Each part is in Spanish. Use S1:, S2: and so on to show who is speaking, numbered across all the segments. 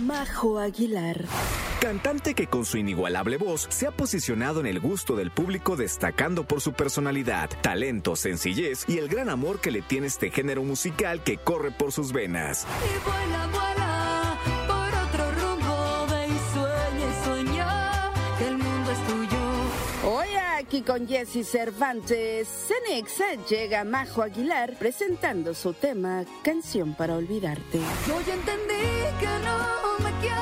S1: Majo Aguilar.
S2: Cantante que con su inigualable voz se ha posicionado en el gusto del público destacando por su personalidad, talento, sencillez y el gran amor que le tiene este género musical que corre por sus venas.
S3: Y vuela, vuela por otro rumbo, ve y sueña y sueña que el mundo es tuyo.
S1: Hoy aquí con Jesse Cervantes, Cenexa llega Majo Aguilar presentando su tema Canción para Olvidarte.
S3: Yo ya entendí que no me quieres.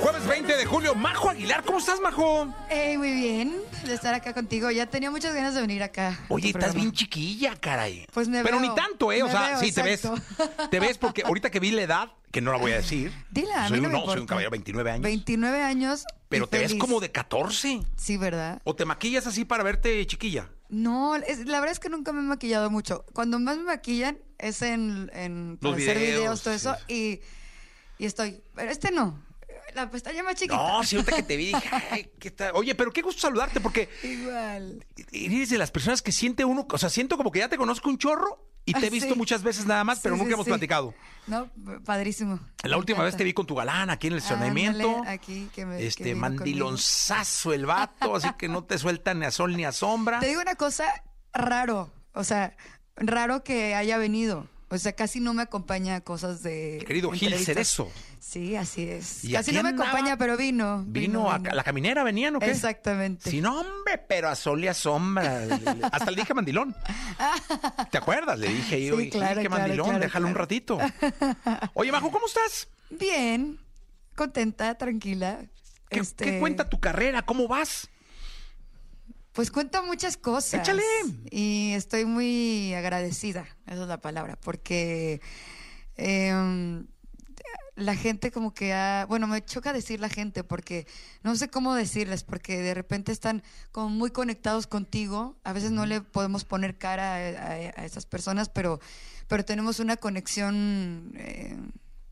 S4: Jueves 20 de julio, Majo Aguilar, ¿cómo estás, Majo?
S5: Hey, muy bien de estar acá contigo. Ya tenía muchas ganas de venir acá. a
S4: Oye,
S5: tu
S4: estás
S5: programa.
S4: bien chiquilla, caray.
S5: Pues me
S4: Pero
S5: veo,
S4: ni tanto, ¿eh? O
S5: me
S4: sea,
S5: veo,
S4: sí, te ves.
S5: exacto.
S4: Te ves porque ahorita que vi la edad, que no la voy a decir.
S5: Dila, a mí
S4: soy
S5: no
S4: un,
S5: me
S4: soy un
S5: importa.
S4: caballero, 29 años.
S5: 29 años. y
S4: pero te ves
S5: feliz.
S4: como de 14.
S5: Sí, ¿verdad?
S4: ¿O te maquillas así para verte chiquilla?
S5: No, es- la verdad es que nunca me he maquillado mucho. Cuando más me maquillan es en, en
S4: Los
S5: para hacer
S4: videos,
S5: videos, todo eso. Y, y estoy. Pero este no. La pestaña más chiquita.
S4: No, sí, ahorita que te vi dije, ay, ¿qué tal? Oye, pero qué gusto saludarte porque
S5: Igual.
S4: eres de las personas que siente uno, o sea, siento como que ya te conozco un chorro y te he
S5: Ah,
S4: visto
S5: sí.
S4: muchas veces nada más, pero
S5: Sí,
S4: nunca
S5: sí,
S4: hemos
S5: sí.
S4: platicado.
S5: No, padrísimo.
S4: La última vez te vi con tu galán aquí en el
S5: Ándale,
S4: saneamiento.
S5: aquí, que me- que
S4: Este,
S5: vino conmigo.
S4: mandilonzazo el vato, así que no te suelta ni a sol ni a sombra.
S5: Te digo una cosa raro, o sea, raro que haya venido. O sea, casi no me acompaña a cosas de.
S4: Querido Gil
S5: entrevistas.
S4: Cerezo.
S5: Sí, así es.
S4: ¿Y
S5: Casi
S4: aquí
S5: no me
S4: andaba?
S5: acompaña, pero vino.
S4: Vino, a a la caminera, venían o qué?
S5: Exactamente.
S4: Sí, no, hombre, pero a sol y a sombra. Hasta le dije mandilón. ¿Te acuerdas? Le dije yo,
S5: Sí,
S4: "Gil,
S5: claro,
S4: qué
S5: claro,
S4: mandilón,
S5: claro,
S4: déjalo un
S5: claro.
S4: ratito. Oye, Majo, ¿cómo estás?
S5: Bien, contenta, tranquila.
S4: ¿Qué, qué
S5: Este,
S4: cuenta tu carrera? ¿Cómo vas?
S5: Pues cuenta muchas cosas.
S4: Échale.
S5: Y estoy muy agradecida, esa es la palabra, porque em, la gente como que ha... Bueno, me choca decir la gente porque no sé cómo decirles, porque de repente están como muy conectados contigo. A veces no le podemos poner cara a, a- a esas personas, pero, pero tenemos una conexión, eh,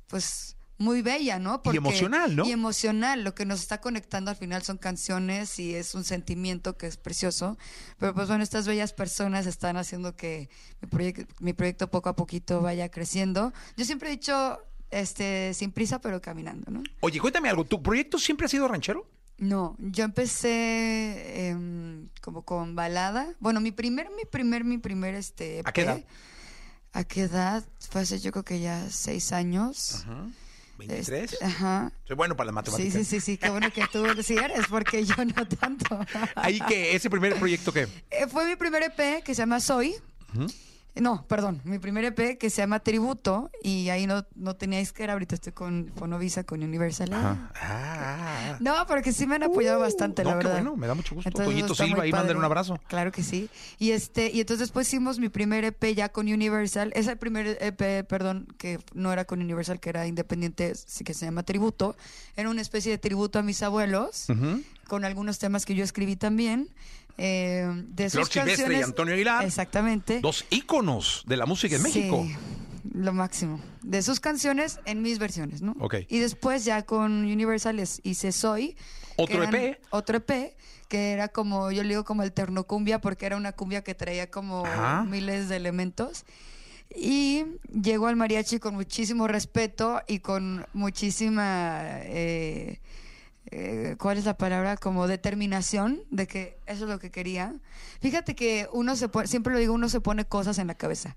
S5: pues... Muy bella, ¿no?
S4: emocional, ¿no?
S5: Y emocional. Lo que nos está conectando al final son canciones y es un sentimiento que es precioso. Pero pues bueno, estas bellas personas están haciendo que mi, proyec- mi proyecto poco a poquito vaya creciendo. Yo siempre he dicho, este, sin prisa, pero caminando, ¿no?
S4: Oye, cuéntame algo. ¿Tu proyecto siempre ha sido ranchero?
S5: No, yo empecé em, como con balada. Bueno, mi primer, mi primer, mi primer, este...
S4: ¿A qué
S5: EP,
S4: edad?
S5: ¿A qué edad? Fue hace yo creo que ya seis años.
S4: ¿23?
S5: Este, ajá.
S4: Soy bueno para las
S5: Sí,
S4: matemáticas.
S5: sí, sí, sí, qué bueno que tú sí eres, porque yo no tanto.
S4: Ahí que ese primer proyecto que...
S5: Eh, Fue mi primer EP que se llama Soy. No, perdón, mi primer EP que se llama Tributo y ahí no, no tenía disquera, ahorita estoy con Fonovisa, con Universal. ¿eh?
S4: Ah, ah, ah.
S5: No, porque sí me han apoyado bastante,
S4: Uh, no,
S5: la
S4: qué
S5: verdad.
S4: bueno, me da mucho gusto.
S5: Entonces,
S4: Toñito
S5: está muy
S4: Silva, ahí,
S5: padre.
S4: mándale un abrazo.
S5: Claro que sí. Y este y entonces después hicimos mi primer EP ya con Universal. Es el primer EP, perdón, que no era con Universal, que era independiente, sí que se llama Tributo. Era una especie de tributo a mis abuelos, con algunos temas que yo escribí también. Eh, de
S4: Flor
S5: sus
S4: Silvestre y
S5: canciones-
S4: Antonio Aguilar.
S5: Exactamente.
S4: Dos íconos de la música en México.
S5: Sí, lo máximo. De sus canciones en mis versiones, ¿no?
S4: Ok.
S5: Y después ya con Universal les hice Soy. que
S4: Otro E
S5: eran-
S4: EP.
S5: Otro EP, que era como, yo le digo como el ternocumbia, porque era una cumbia que traía como
S4: Ajá.
S5: miles de elementos. Y llegó al mariachi con muchísimo respeto y con muchísima... eh, eh, ¿cuál es la palabra? Como determinación de que eso es lo que quería. Fíjate que uno se pone, siempre lo digo, uno se pone cosas en la cabeza.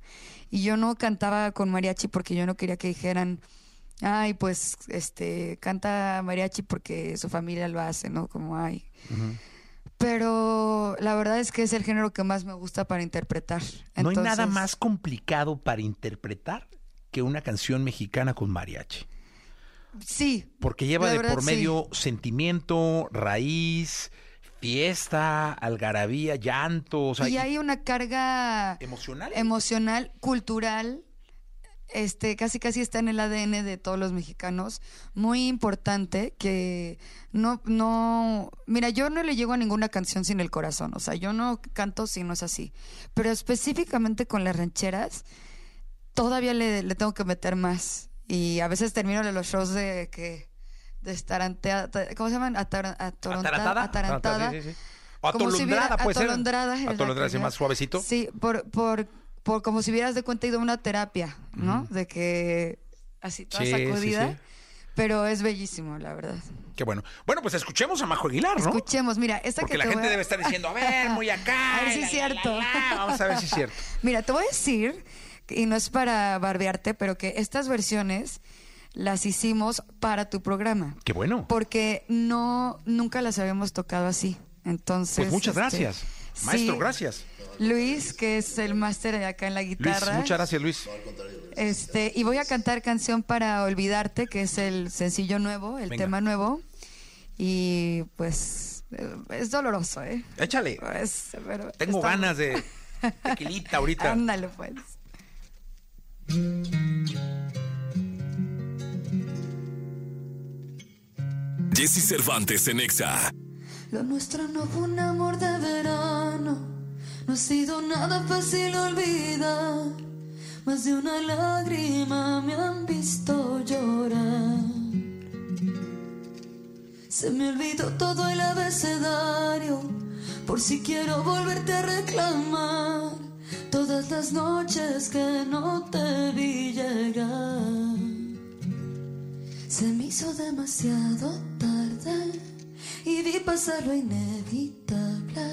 S5: Y yo no cantaba con mariachi porque yo no quería que dijeran, ay, pues, este, canta mariachi porque su familia lo hace, ¿no? Como, ay. Pero la verdad es que es el género que más me gusta para interpretar.
S4: No hay nada
S5: Entonces,
S4: más complicado para interpretar que una canción mexicana con mariachi.
S5: Sí.
S4: Porque lleva
S5: la
S4: de
S5: verdad,
S4: por
S5: sí.
S4: medio sentimiento, raíz, fiesta, algarabía, llanto. O sea,
S5: y
S4: y-
S5: hay una carga
S4: ¿Emocional?
S5: emocional, cultural, este, casi casi está en el ADN de todos los mexicanos. Muy importante que no, no, mira, yo no le llego a ninguna canción sin el corazón, o sea, yo no canto si no es así. Pero específicamente con las rancheras, todavía le, le tengo que meter más. Y a veces termino de los shows de que de estar ante, ata- ¿cómo se llaman? Atar- atoronta- atarantada.
S4: ¿Atarantada? Atarantada, Ah, sí, sí, sí. O
S5: Como si hubiera-
S4: atolondrada, puede ser.
S5: atolondrada es la
S4: Atolondrada, sí,
S5: palabra.
S4: más suavecito.
S5: Sí, por, por, por como si hubieras de cuenta ido a una terapia, ¿no? De que así toda
S4: Sí, sí,
S5: sacudida.
S4: sí.
S6: pero es bellísimo, la verdad.
S4: Qué bueno. Bueno, pues escuchemos a Majo Aguilar, ¿no?
S6: Escuchemos, mira, esta
S4: Porque
S6: que
S4: la
S6: te
S4: gente
S6: voy a-
S4: debe estar diciendo, a ver, muy acá.
S6: A ver
S4: la,
S6: si es
S4: la,
S6: cierto.
S4: la, la". Vamos a ver si es cierto.
S6: Mira, te voy a decir, y no es para barbearte, pero que estas versiones las hicimos para tu programa.
S4: Qué bueno.
S6: Porque no, nunca las habíamos tocado así. Entonces.
S4: Pues muchas
S6: este,
S4: gracias.
S6: sí.
S4: Maestro, gracias.
S6: Luis, que es el máster de acá en la
S4: Luis,
S6: guitarra.
S4: muchas gracias, Luis.
S6: Este, y voy a cantar canción para olvidarte, que es el sencillo nuevo, el
S4: Venga.
S6: tema nuevo. Y pues eh, es doloroso, ¿eh?
S4: Échale.
S6: Es- pero
S4: Tengo
S6: está-
S4: ganas de tequilita ahorita.
S6: Ándale, pues.
S7: Jesse Cervantes en Exa.
S5: Lo nuestro no fue un amor de verano, no ha sido nada fácil olvidar. Más de una lágrima me han visto llorar. Se me olvidó todo el abecedario, por si quiero volverte a reclamar. Todas las noches que no te vi llegar. Se me hizo demasiado tarde y vi pasar lo inevitable.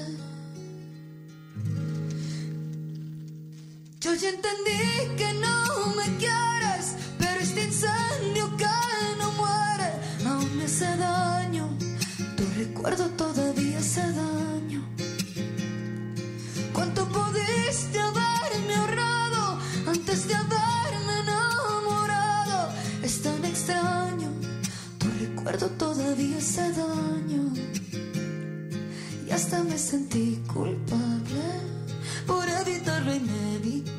S5: Yo ya entendí que no me quieres, pero este incendio que no muere aún me hace daño. Tu recuerdo todavía hace daño. ¿Cuánto pudiste haberme ahorrado antes de haberme enamorado? Es tan extraño, tu recuerdo todavía hace daño. Y hasta me sentí culpable por evitar lo inevitable.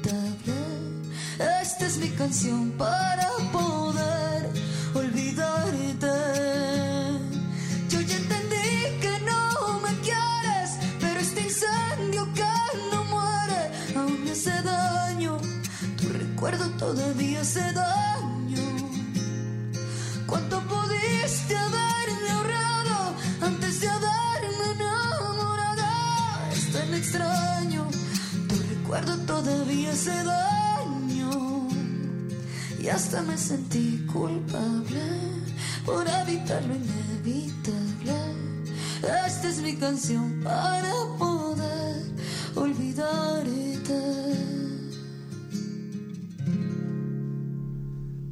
S5: Esta es mi canción para poder olvidarte. Yo ya entendí que no me quieres, pero este incendio que no muere aún me hace daño. Tu recuerdo todavía hace daño. ¿Cuánto pudiste haberme ahorrado antes de haberme enamorado? Es tan extraño, tu recuerdo todavía hace daño. Y hasta me sentí culpable por evitar lo inevitable. Esta es mi canción para poder olvidarte.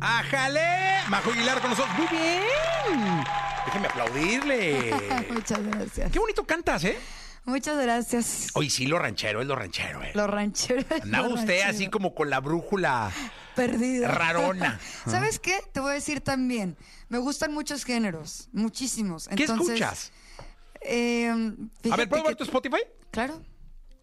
S4: ¡Ájale! Majo Aguilar con nosotros. ¡Muy bien! Déjeme aplaudirle.
S6: Muchas gracias.
S4: Qué bonito cantas, ¿eh?
S6: Muchas gracias.
S4: Oye, sí, lo ranchero es lo ranchero, ¿eh?
S6: Los rancheros.
S4: Andaba
S6: los
S4: usted
S6: rancheros.
S4: así como con la brújula.
S6: Perdida.
S4: Rarona.
S6: ¿Sabes qué? Te voy a decir también. Me gustan muchos géneros, muchísimos.
S4: ¿Qué
S6: Entonces,
S4: escuchas?
S6: eh,
S4: A
S6: fíjate
S4: ver, ¿puedo ver tu
S6: que-
S4: Spotify?
S6: Claro.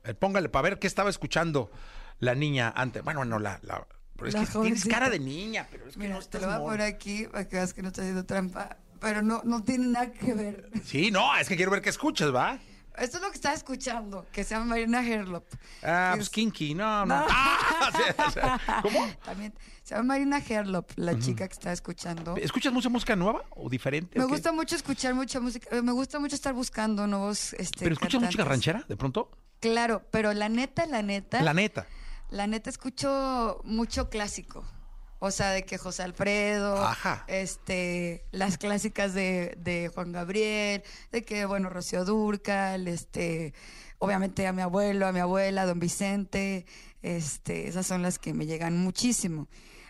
S4: Eh, Póngale para ver qué estaba escuchando la niña antes. Bueno, no, la. la- pero es
S6: La
S4: que tienes
S6: jovencita.
S4: cara de niña, pero es que
S6: Mira,
S4: no
S6: te
S4: estás
S6: lo voy a
S4: mor-
S6: poner aquí para que veas que no estoy haciendo trampa. Pero no, no tiene nada que ver.
S4: Sí, no, es que quiero ver qué escuchas, ¿va?
S6: Esto es lo que estaba escuchando, que se llama Marina Herlop.
S4: Ah,
S6: Que
S4: pues
S6: es-
S4: Kinky, no, no.
S6: No.
S4: Ah, sí, o sea, ¿Cómo?
S6: También se llama Marina Herlop, la chica que estaba escuchando.
S4: ¿Escuchas mucha música nueva o diferente?
S6: Me
S4: o qué?
S6: gusta mucho escuchar mucha música, eh, me gusta mucho estar buscando nuevos este,
S4: ¿Pero escuchas música
S6: cantantes.
S4: ranchera de pronto?
S6: Claro, pero la neta, la neta,
S4: La neta.
S6: la neta escucho mucho clásico. O sea, de que José Alfredo,
S4: Ajá.
S6: este, las clásicas de, de Juan Gabriel, de que, bueno, Rocío Durcal, este, obviamente a mi abuelo, a mi abuela, a don Vicente, este, esas son las que me llegan muchísimo.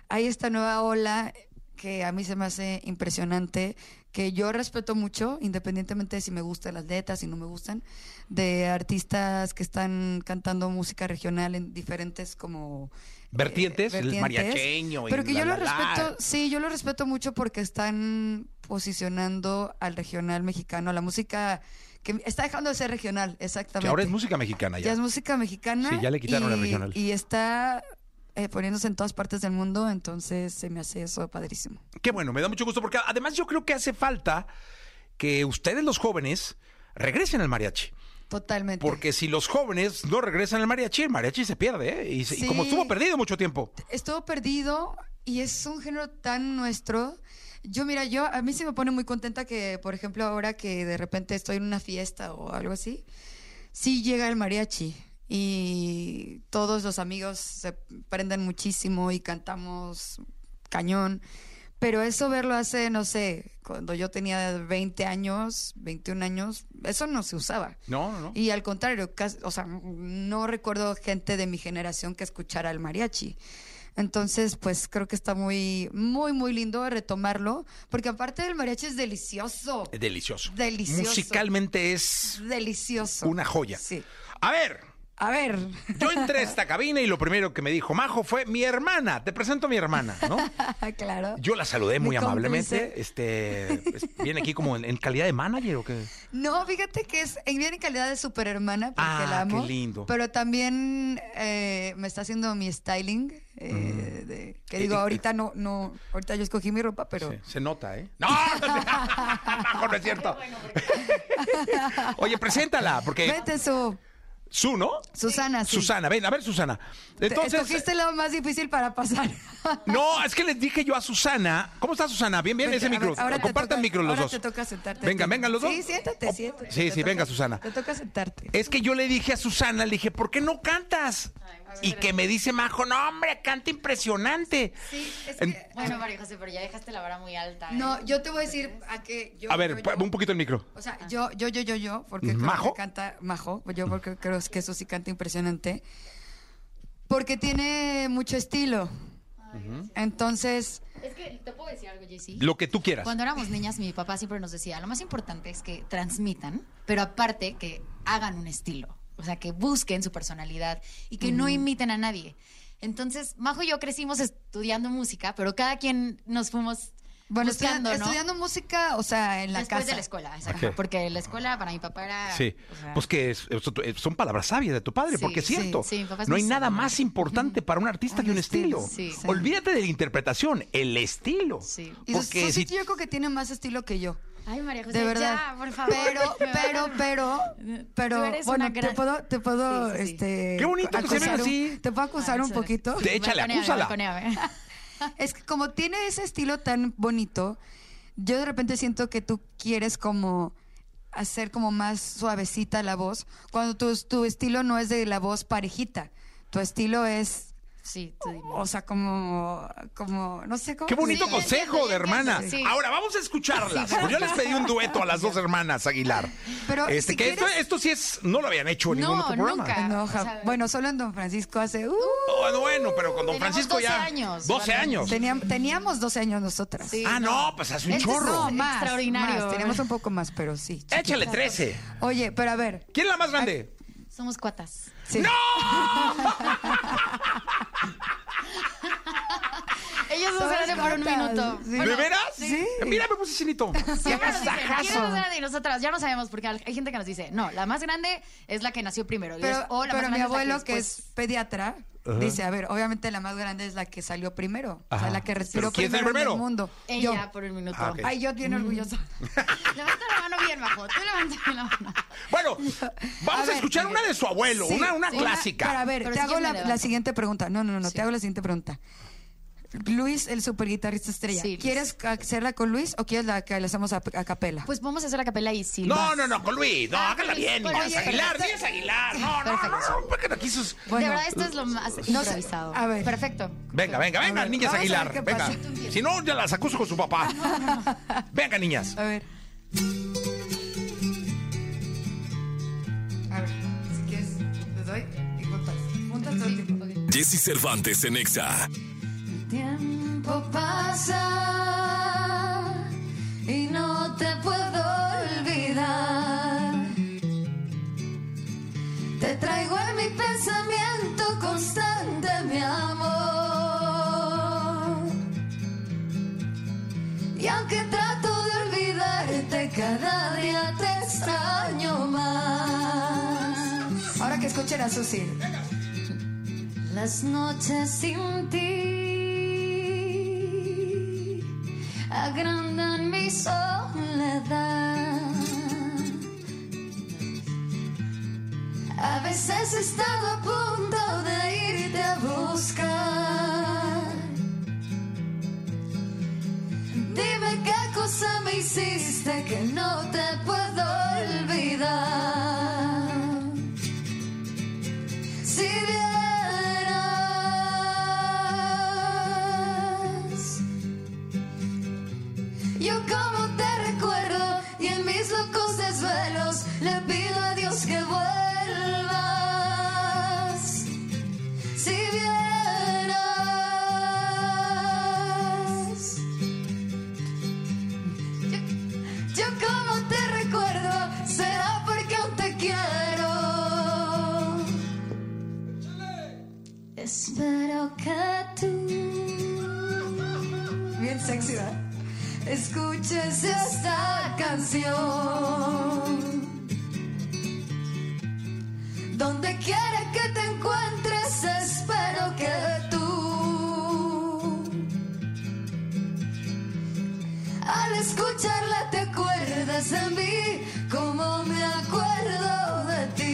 S6: Hay esta nueva ola que a mí se me hace impresionante, que yo respeto mucho, independientemente de si me gustan las letras, si no me gustan, de artistas que están cantando música regional en diferentes como... eh,
S4: Vertientes, el mariacheño y
S6: Pero que
S4: la,
S6: yo lo
S4: la, la.
S6: respeto, sí, yo lo respeto mucho porque están posicionando al regional mexicano, a la música que está dejando de ser regional, exactamente.
S4: Que ahora es música mexicana ya.
S6: Ya es música mexicana.
S4: Sí, ya le quitaron
S6: y,
S4: la regional.
S6: Y está eh, poniéndose en todas partes del mundo, entonces se me hace eso padrísimo.
S4: Qué bueno, me da mucho gusto porque además yo creo que hace falta que ustedes los jóvenes regresen al mariachi.
S6: Totalmente.
S4: Porque si los jóvenes no regresan al mariachi, el mariachi se pierde, ¿eh? Y, se- y
S6: Sí.
S4: como estuvo perdido mucho tiempo.
S6: estuvo perdido y es un género tan nuestro. Yo, mira, yo a mí se me pone muy contenta que, por ejemplo, ahora que de repente estoy en una fiesta o algo así, sí llega el mariachi y todos los amigos se prenden muchísimo y cantamos cañón. Pero eso verlo hace, no sé, cuando yo tenía 20 años, 21 años, eso no se usaba.
S4: No, no, no.
S6: Y al contrario, cas- o sea, no recuerdo gente de mi generación que escuchara el mariachi. Entonces, pues creo que está muy, muy, muy lindo retomarlo, porque aparte del mariachi es delicioso.
S4: Es delicioso.
S6: Delicioso.
S4: Musicalmente es
S6: Delicioso.
S4: una joya.
S6: Sí.
S4: A ver,
S6: A ver.
S4: yo entré a esta cabina y lo primero que me dijo Majo fue mi hermana. Te presento a mi hermana, ¿no?
S6: claro.
S4: Yo la saludé
S6: Mi
S4: muy
S6: cómplice.
S4: amablemente. Este, es- viene aquí como en, en calidad de manager o qué.
S6: No, fíjate que es en bien en calidad de superhermana, porque
S4: Ah,
S6: la amo.
S4: qué lindo.
S6: Pero también eh, me está haciendo mi styling, eh, de- que digo,
S4: Eh, eh,
S6: ahorita no, no, ahorita yo escogí mi ropa, pero
S4: Sí, se nota, ¿eh? No, no, es- Majo, no es cierto. Oye, preséntala, porque
S6: vete su
S4: Su, ¿no?
S6: Susana, sí.
S4: Susana, ven, a ver, Susana.
S6: Te-
S4: Entonces,
S6: escogiste lo más difícil para pasar.
S4: no, es que les dije yo a Susana. ¿Cómo está Susana? Bien, bien,
S8: Pues
S4: ese
S6: Vete, a ver,
S4: micro.
S6: ahora te
S4: Compartan
S6: toca-
S4: micro los
S6: ahora
S4: dos.
S6: te toca sentarte.
S4: Venga,
S6: Te-
S4: vengan los dos. Oh,
S6: Sí, siéntate, siéntate.
S4: Sí,
S6: Te
S4: sí,
S6: toca-
S4: venga, Susana. Eh,
S6: Te toca sentarte.
S4: Es que yo le dije a Susana, le dije, ¿por qué no cantas? Y que me dice Majo, no, hombre, canta impresionante.
S8: Sí, es
S4: En-
S8: que, bueno, María José, pero ya dejaste la vara muy alta. ¿eh?
S6: No, yo te voy a decir a qué yo
S4: a
S6: yo-
S4: ver,
S6: yo-
S4: un poquito el micro.
S6: O sea, yo, yo, yo, yo, yo, porque creo
S4: ¿Majo?
S6: que canta Majo, yo porque creo que eso sí canta impresionante, porque tiene mucho estilo. Entonces,
S8: Es que te puedo decir algo, Jessy.
S4: Lo que tú quieras.
S8: Cuando éramos niñas, mi papá siempre nos decía, lo más importante es que transmitan, pero aparte que hagan un estilo, o sea, que busquen su personalidad y que no imiten a nadie. Entonces, Majo y yo crecimos estudiando música, pero cada quien nos fuimos
S6: bueno, estu-
S8: buscando, ¿no?
S6: estudiando música, o sea, en la
S8: Después
S6: casa.
S8: de la escuela, exacto,
S4: Ok.
S8: porque la escuela para mi papá era...
S4: Sí,
S8: o sea,
S4: pues que es- eso- eh, son palabras sabias de tu padre,
S8: Sí,
S4: porque es
S8: sí,
S4: cierto,
S8: sí, mi papá es
S4: no
S8: muy
S4: hay nada
S8: sabio.
S4: más importante para un artista
S6: Un
S4: que un
S6: estilo,
S4: estilo.
S8: sí. Sí.
S4: Olvídate de la interpretación, el estilo.
S8: Sí.
S6: Y
S4: Porque
S6: Susi,
S4: si
S6: yo creo que tiene más estilo que yo.
S8: Ay, María José,
S6: De verdad.
S8: ya, por favor.
S6: Pero,
S8: me van a-
S6: pero, pero, pero,
S8: Tú eres
S6: bueno,
S8: una
S6: te
S8: gran-
S6: puedo, te puedo,
S8: Sí, sí, sí.
S6: este.
S4: Qué bonito que se vean
S6: acusar un-
S4: así.
S6: Te puedo
S8: Ay,
S6: acusar un
S8: Ah, muchas gracias.
S6: poquito.
S4: Sí. Échale,
S8: Balconeame,
S4: acúsala.
S8: balconeame.
S6: Es que como tiene ese estilo tan bonito, yo de repente siento que tú quieres como hacer como más suavecita la voz, cuando tu, tu estilo no es de la voz parejita, tu estilo es,
S8: Sí, tú dime.
S6: o sea, como, como no sé cómo...
S4: Qué bonito
S8: Sí, ya
S4: consejo
S8: entiendo,
S4: de
S8: ya
S4: hermana.
S8: entiendo, sí.
S4: Ahora vamos a escucharlas. Pues yo les pedí un dueto a las dos hermanas Aguilar.
S6: Pero
S4: este,
S6: si
S4: que esto,
S6: quieres-
S4: esto sí es, no lo habían hecho en ningún
S8: No,
S4: otro programa.
S8: nunca.
S6: No,
S8: o
S6: ja-
S8: sea-
S6: bueno, solo en Don Francisco hace... uh,
S4: Oh, bueno, pero con Don
S8: Teníamos
S4: Francisco
S8: 12
S4: ya.
S8: años,
S4: 12
S8: ¿verdad?
S4: años.
S6: teníam- teníamos 12 años nosotras.
S8: Sí,
S4: Ah, no, pues hace un
S8: Este es
S4: chorro.
S6: No, más,
S8: Extraordinario. Eh.
S6: más, teníamos un poco más, pero sí. chiquita.
S4: Échale 13.
S6: Oye, pero a ver.
S4: ¿Quién es la más grande?
S8: Somos cuatas.
S6: sí.
S8: Ellos nos
S6: Somos
S8: hacen por un
S6: cuatas,
S8: minuto.
S6: sí.
S4: ¿De veras?
S6: Sí.
S4: Mira, me puse chinito.
S8: Siempre nos dicen, ¿quién es
S4: Agasajazo.
S8: más grande? Y nosotras ya no sabemos porque hay gente que nos dice, no, la más grande es la que nació primero. y
S6: Pero,
S8: es- o la más
S6: pero mi
S8: grande es la
S6: abuelo, que
S8: después.
S6: es pediatra, dice, a ver, obviamente la más grande es la que salió primero, o sea, la que
S4: ¿Pero
S6: respiró
S4: quién es el
S6: primero, en el
S4: primero?
S6: mundo.
S8: Ella
S6: Yo.
S8: por Mm. un minuto.
S4: Ah, ok.
S6: Ay, yo bien orgullosa.
S8: Levanta la mano bien, Majo. Tú levanta la mano.
S4: Bueno, vamos a,
S6: ver,
S4: escuchar una de su abuelo,
S6: Sí,
S4: una, una
S6: sí,
S4: clásica.
S6: Pero a ver,
S8: Pero
S6: te
S8: si
S6: hago
S8: yo me
S6: la,
S8: levanto.
S6: la siguiente pregunta. No, no, no, no, te hago la siguiente pregunta. Luis, el super guitarrista estrella.
S8: Sí, Luis.
S6: ¿Quieres hacerla con Luis o quieres la que la hacemos a, a capela?
S8: Pues vamos a hacer la capela y sí.
S4: no, no, no, con Luis, no,
S8: Ah,
S4: hágala
S8: Luis,
S4: bien.
S8: bueno,
S4: Mira, es
S8: sí,
S4: Aguilar,
S8: perfecto.
S4: sí, es Aguilar. No, no, no,
S8: Perfecto.
S4: no, porque aquí sus-
S6: Bueno.
S8: De verdad, esto es lo más
S6: No sé,
S8: improvisado.
S6: a ver.
S8: Perfecto.
S4: Venga, venga,
S6: A
S4: venga,
S6: ver,
S4: niñas
S6: vamos a ver
S4: Aguilar,
S6: qué
S4: venga.
S6: pasa.
S4: Si no, ya las acuso con su papá. Venga, niñas.
S6: A ver. A ver, si quieres, te doy y juntas. Juntas todo el tiempo.
S7: Jesse Cervantes en Exa.
S5: tiempo pasa y no te puedo olvidar. Te traigo en mi pensamiento constante, mi amor. Y aunque trato de olvidarte, cada día te extraño más.
S6: Ahora que escuchen a Susi.
S5: Las noches sin ti agrandan mi soledad. A veces he estado a punto de irte a buscar. Dime qué cosa me hiciste que no te puedo olvidar. Si vieras cómo te recuerdo y en mis locos desvelos le pido a Dios que vuelvas. Si vieras. Yo, yo como te recuerdo, será porque aún te quiero. Espero que tú.
S6: Bien sexy, ¿verdad?
S5: Escuches esta canción. Donde quiera que te encuentres, espero que tú. Al escucharla te acuerdas de mí como me acuerdo de ti.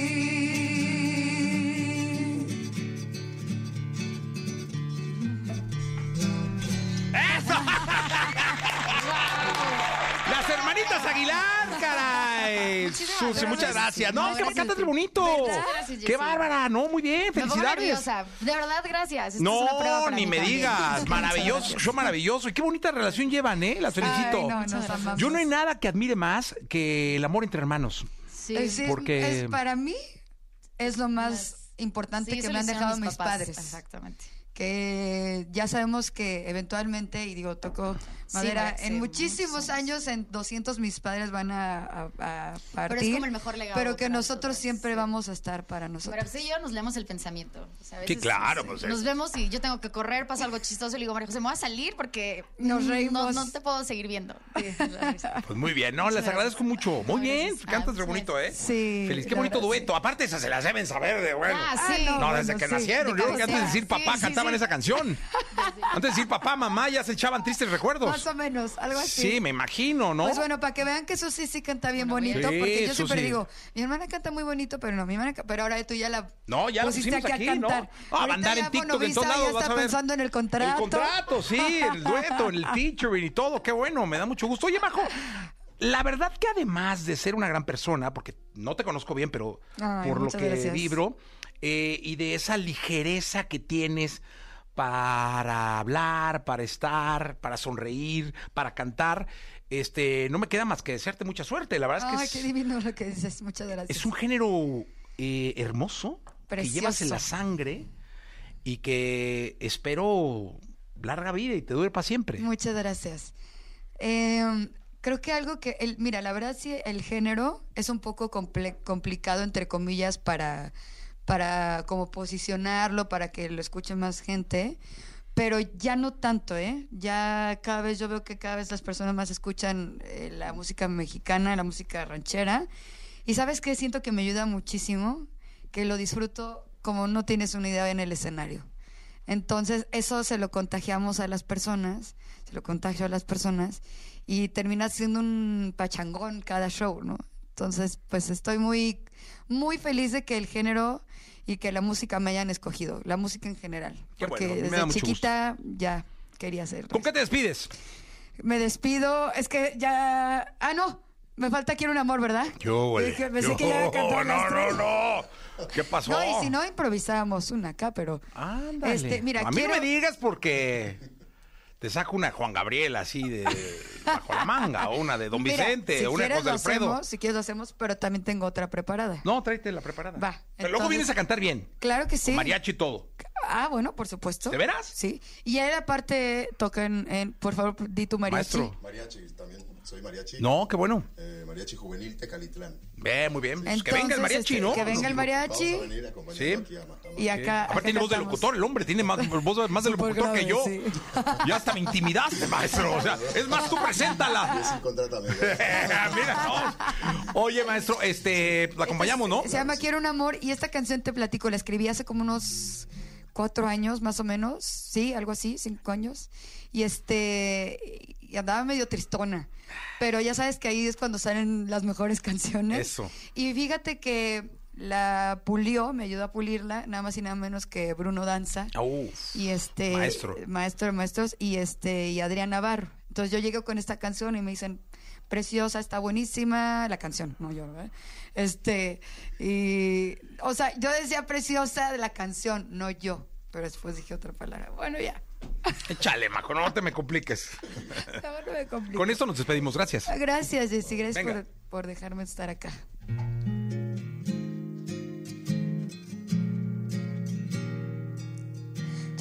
S4: ¡Las hermanitas Aguilar, caray!
S8: Muchísimas
S4: Susi,
S8: gracias.
S4: muchas gracias. No,
S8: Muchas
S4: que me
S8: gracias.
S4: cantas de bonito.
S8: ¿Verdad? Gracias,
S4: ¡Qué
S8: Jessy.
S4: bárbara! No, muy bien,
S8: Me pongo
S4: felicidades.
S8: nerviosa. De verdad, gracias. Esto es una prueba
S4: No,
S8: para
S4: ni
S8: mí
S4: me
S8: también.
S4: digas. Maravilloso, yo maravilloso. Y qué bonita relación llevan, ¿eh? Las felicito.
S6: Ay, no, pues. nos
S8: Muchas gracias.
S6: amamos.
S4: Yo no hay nada que admire más que el amor entre hermanos.
S8: Sí.
S6: Es- es-
S4: Porque-
S6: es para mí es lo más
S8: Las-
S6: importante
S8: Sí,
S6: que
S8: eso
S6: me
S8: lo
S6: han
S8: hicieron
S6: dejado mis,
S8: papás.
S6: padres.
S8: Exactamente.
S6: Que ya sabemos que eventualmente, y digo, toco madera,
S8: hace
S6: en muchísimos
S8: muchos
S6: años, en 200 mis padres van a, a- a partir.
S8: como el mejor legado
S6: Pero que
S8: para
S6: nosotros
S8: nosotras,
S6: siempre
S8: sí.
S6: vamos a estar para nosotros.
S8: Pero pues, sí, yo nos leemos el pensamiento. O sea, a
S4: Sí,
S8: veces
S4: claro,
S8: nos,
S4: pues,
S8: nos
S4: es-
S8: vemos y yo tengo que correr, pasa algo chistoso y le digo, María José, me voy a salir porque
S6: Nos
S8: mm,
S6: reímos.
S8: No, no te puedo seguir viendo. Sí, la risa.
S4: Pues muy bien, no, les agradezco mucho. Muy bien, cantas de bonito, ¿eh?
S6: Ah, Sí,
S4: Feliz, qué
S6: la
S4: bonito
S6: verdad,
S4: dueto. Aparte, esas se las deben saber de bueno.
S8: Ah, sí.
S6: Ah,
S4: No,
S6: bueno,
S4: desde que
S6: sí.
S4: nacieron. Yo creo que antes de decir
S8: Sí,
S4: papá
S8: sí,
S4: cantaban
S8: sí.
S4: esa canción. Antes de decir papá, mamá, ya se echaban tristes
S6: Más
S4: recuerdos.
S6: o menos, algo así.
S4: Sí, me imagino, ¿no?
S6: Pues bueno, para que vean que Susi sí canta bien
S8: Bueno,
S6: bonito,
S4: bien. Sí,
S6: porque yo siempre
S4: Susi.
S6: digo, mi hermana canta muy bonito, pero no, mi hermana, ca- pero ahora tú ya la
S4: No, ya lo
S6: pusiste
S4: pusimos
S6: aquí,
S4: aquí,
S6: a
S4: ¿no?
S6: cantar.
S4: Ah, va a
S6: Ahorita
S4: andar en
S6: ya
S4: TikTok en
S6: Bonovista
S4: todos lados,
S6: ya
S4: vas
S6: está
S4: a ver.
S6: pensando en el contrato.
S4: El contrato, sí, el dueto, el featuring y todo. Qué bueno, me da mucho gusto. Oye, Majo, la verdad que además de ser una gran persona, porque no te conozco bien, pero
S6: Ay,
S4: por lo
S6: muchas
S4: que
S6: gracias.
S4: vibro, eh, y de esa ligereza que tienes para hablar, para estar, para sonreír, para cantar, este, no me queda más que desearte mucha suerte. La verdad
S6: Ay,
S4: es que
S6: qué
S4: es,
S6: divino lo que dices, muchas gracias.
S4: es un género eh, hermoso que llevas en la
S6: Precioso.
S4: sangre y que espero larga vida y te dure para siempre.
S6: Muchas gracias. Eh, creo que algo que, el- mira, la verdad sí, el género es un poco comple- complicado, entre comillas, para, para como posicionarlo, para que lo escuche más gente. Pero ya no tanto, ¿eh? Ya cada vez, yo veo que cada vez las personas más escuchan eh, la música mexicana, la música ranchera. Y sabes qué, siento que me ayuda muchísimo, que lo disfruto como no tienes una idea en el escenario. Entonces, eso se lo contagiamos a las personas, se lo contagio a las personas y termina siendo un pachangón cada show, ¿no? Entonces, pues estoy muy, muy feliz de que el género y que la música me hayan escogido, la música en general,
S4: Qué
S6: porque
S4: bueno, a mí me da
S6: desde
S4: mucho
S6: chiquita ya quería hacer.
S4: ¿Con qué te despides?
S6: Me despido, es que ya, ah no, me falta quiero un amor, ¿verdad?
S4: güey. Oh,
S6: Dije, pensé que ya había cantado las tres.
S4: no, no. ¿Qué pasó?
S6: No, y si no improvisábamos una acá, pero
S4: Ándale.
S6: este, mira,
S4: a mí
S6: quiero
S4: no me digas porque te saco una Juan Gabriel así de bajo la manga o una de Don
S6: Mira,
S4: Vicente
S6: si
S4: o una de
S6: quieres
S4: José
S6: lo
S4: Alfredo.
S6: hacemos, si quieres lo hacemos, pero también tengo otra preparada.
S4: No, tráete la preparada.
S6: Va,
S4: Pero luego
S6: entonces-
S4: vienes a cantar bien.
S6: Claro que sí.
S4: Con mariachi y todo.
S6: Ah, bueno, por supuesto.
S4: ¿De veras?
S6: Sí. Y él aparte toca en, en- por favor, di tu mariachi.
S4: Maestro.
S9: Mariachi, también soy mariachi.
S4: No, qué bueno.
S9: Eh, mariachi juvenil Tecalitlán.
S4: Ve, muy bien. Pues que
S6: Entonces,
S4: venga el mariachi,
S6: este,
S4: ¿no?
S6: que venga el mariachi.
S9: Vamos a venir acompañando
S4: Sí.
S9: aquí a Matamala.
S6: Y
S4: Sí.
S6: acá. acá
S4: Aparte tiene voz de
S6: cantamos.
S4: locutor el hombre, tiene más, voz más de
S6: Súper
S4: locutor que
S6: grave,
S4: yo.
S6: sí.
S4: Ya hasta me intimidaste, maestro. O sea, es más, tú preséntala.
S9: Sí, contrátame. ya.
S4: Mira, no. Oye, maestro, este, la acompañamos, ¿no?
S6: Pues, eh, Se llama Quiero un amor y esta canción te platico, la escribí hace como unos cuatro años más o menos, sí, algo así, cinco años. Y este, y andaba medio tristona, pero ya sabes que ahí es cuando salen las mejores canciones.
S4: Eso.
S6: Y fíjate que la pulió, me ayudó a pulirla, nada más y nada menos que Bruno Danza.
S4: Uf.
S6: Y este
S4: Maestro.
S6: maestro de maestros y este y Adrián Navarro. Entonces yo llego con esta canción y me dicen preciosa, está buenísima la canción, no yo, ¿verdad? Este y o sea, yo decía preciosa de la canción, no yo, pero después dije otra palabra. Bueno, ya.
S4: Échale, Majo, no te me compliques.
S6: No, no me complico.
S4: Con esto nos despedimos, gracias.
S6: Ah, Gracias, Jessy. Gracias
S4: Venga.
S6: por, por dejarme estar acá.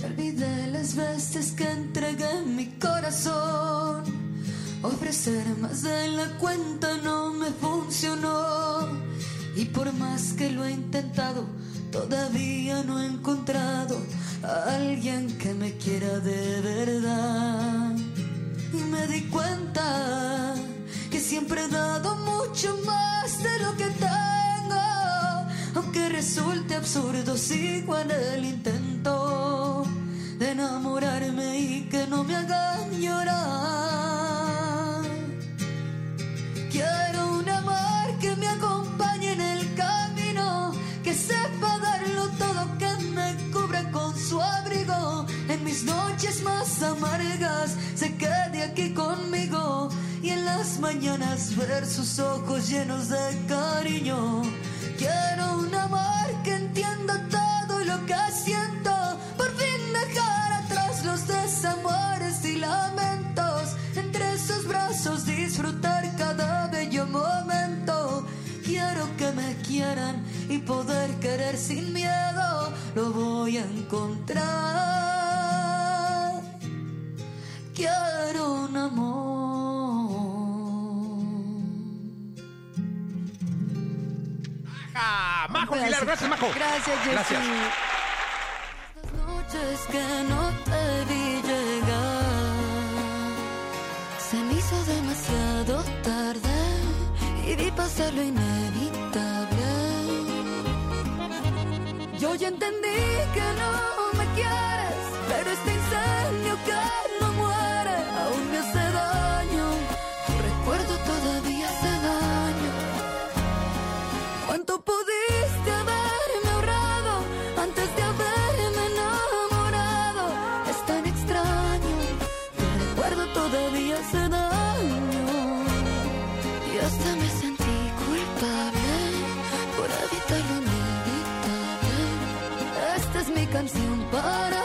S5: Ya olvidé las veces que entregué mi corazón. Ofrecer más de la cuenta no me funcionó. Y por más que lo he intentado, todavía no he encontrado a alguien que me quiera de verdad. Y me di cuenta que siempre he dado mucho más de lo que tengo. Aunque resulte absurdo, sigo en el intento de enamorarme y que no me hagan llorar. Quiero un amor que me acompañe en el camino, que sepa darlo todo, que me cubra con su abrigo. En mis noches más amargas se quede aquí conmigo y en las mañanas ver sus ojos llenos de cariño. Quiero un amor que entienda todo lo que siento, por fin dejar atrás los desamores y lamentos entre sus brazos disfrutar cada bello momento. Quiero que me quieran y poder querer sin miedo, lo voy a encontrar. Quiero un amor.
S4: Ah, Majo Aguilar, gracias, Majo.
S6: Gracias, Jessy.
S4: Gracias.
S5: Las noches que no te vi llegar Se me hizo demasiado tarde Y vi pasar lo inevitable Yo ya entendí que no me quieres Pero este incendio que no muere Aún me hace daño Tu recuerdo todavía hace daño ¿Cuánto pudiste haberme ahorrado antes de haberme enamorado? Es tan extraño, tu recuerdo todavía hace daño. Y hasta me sentí culpable por evitar lo inevitable. Esta es mi canción para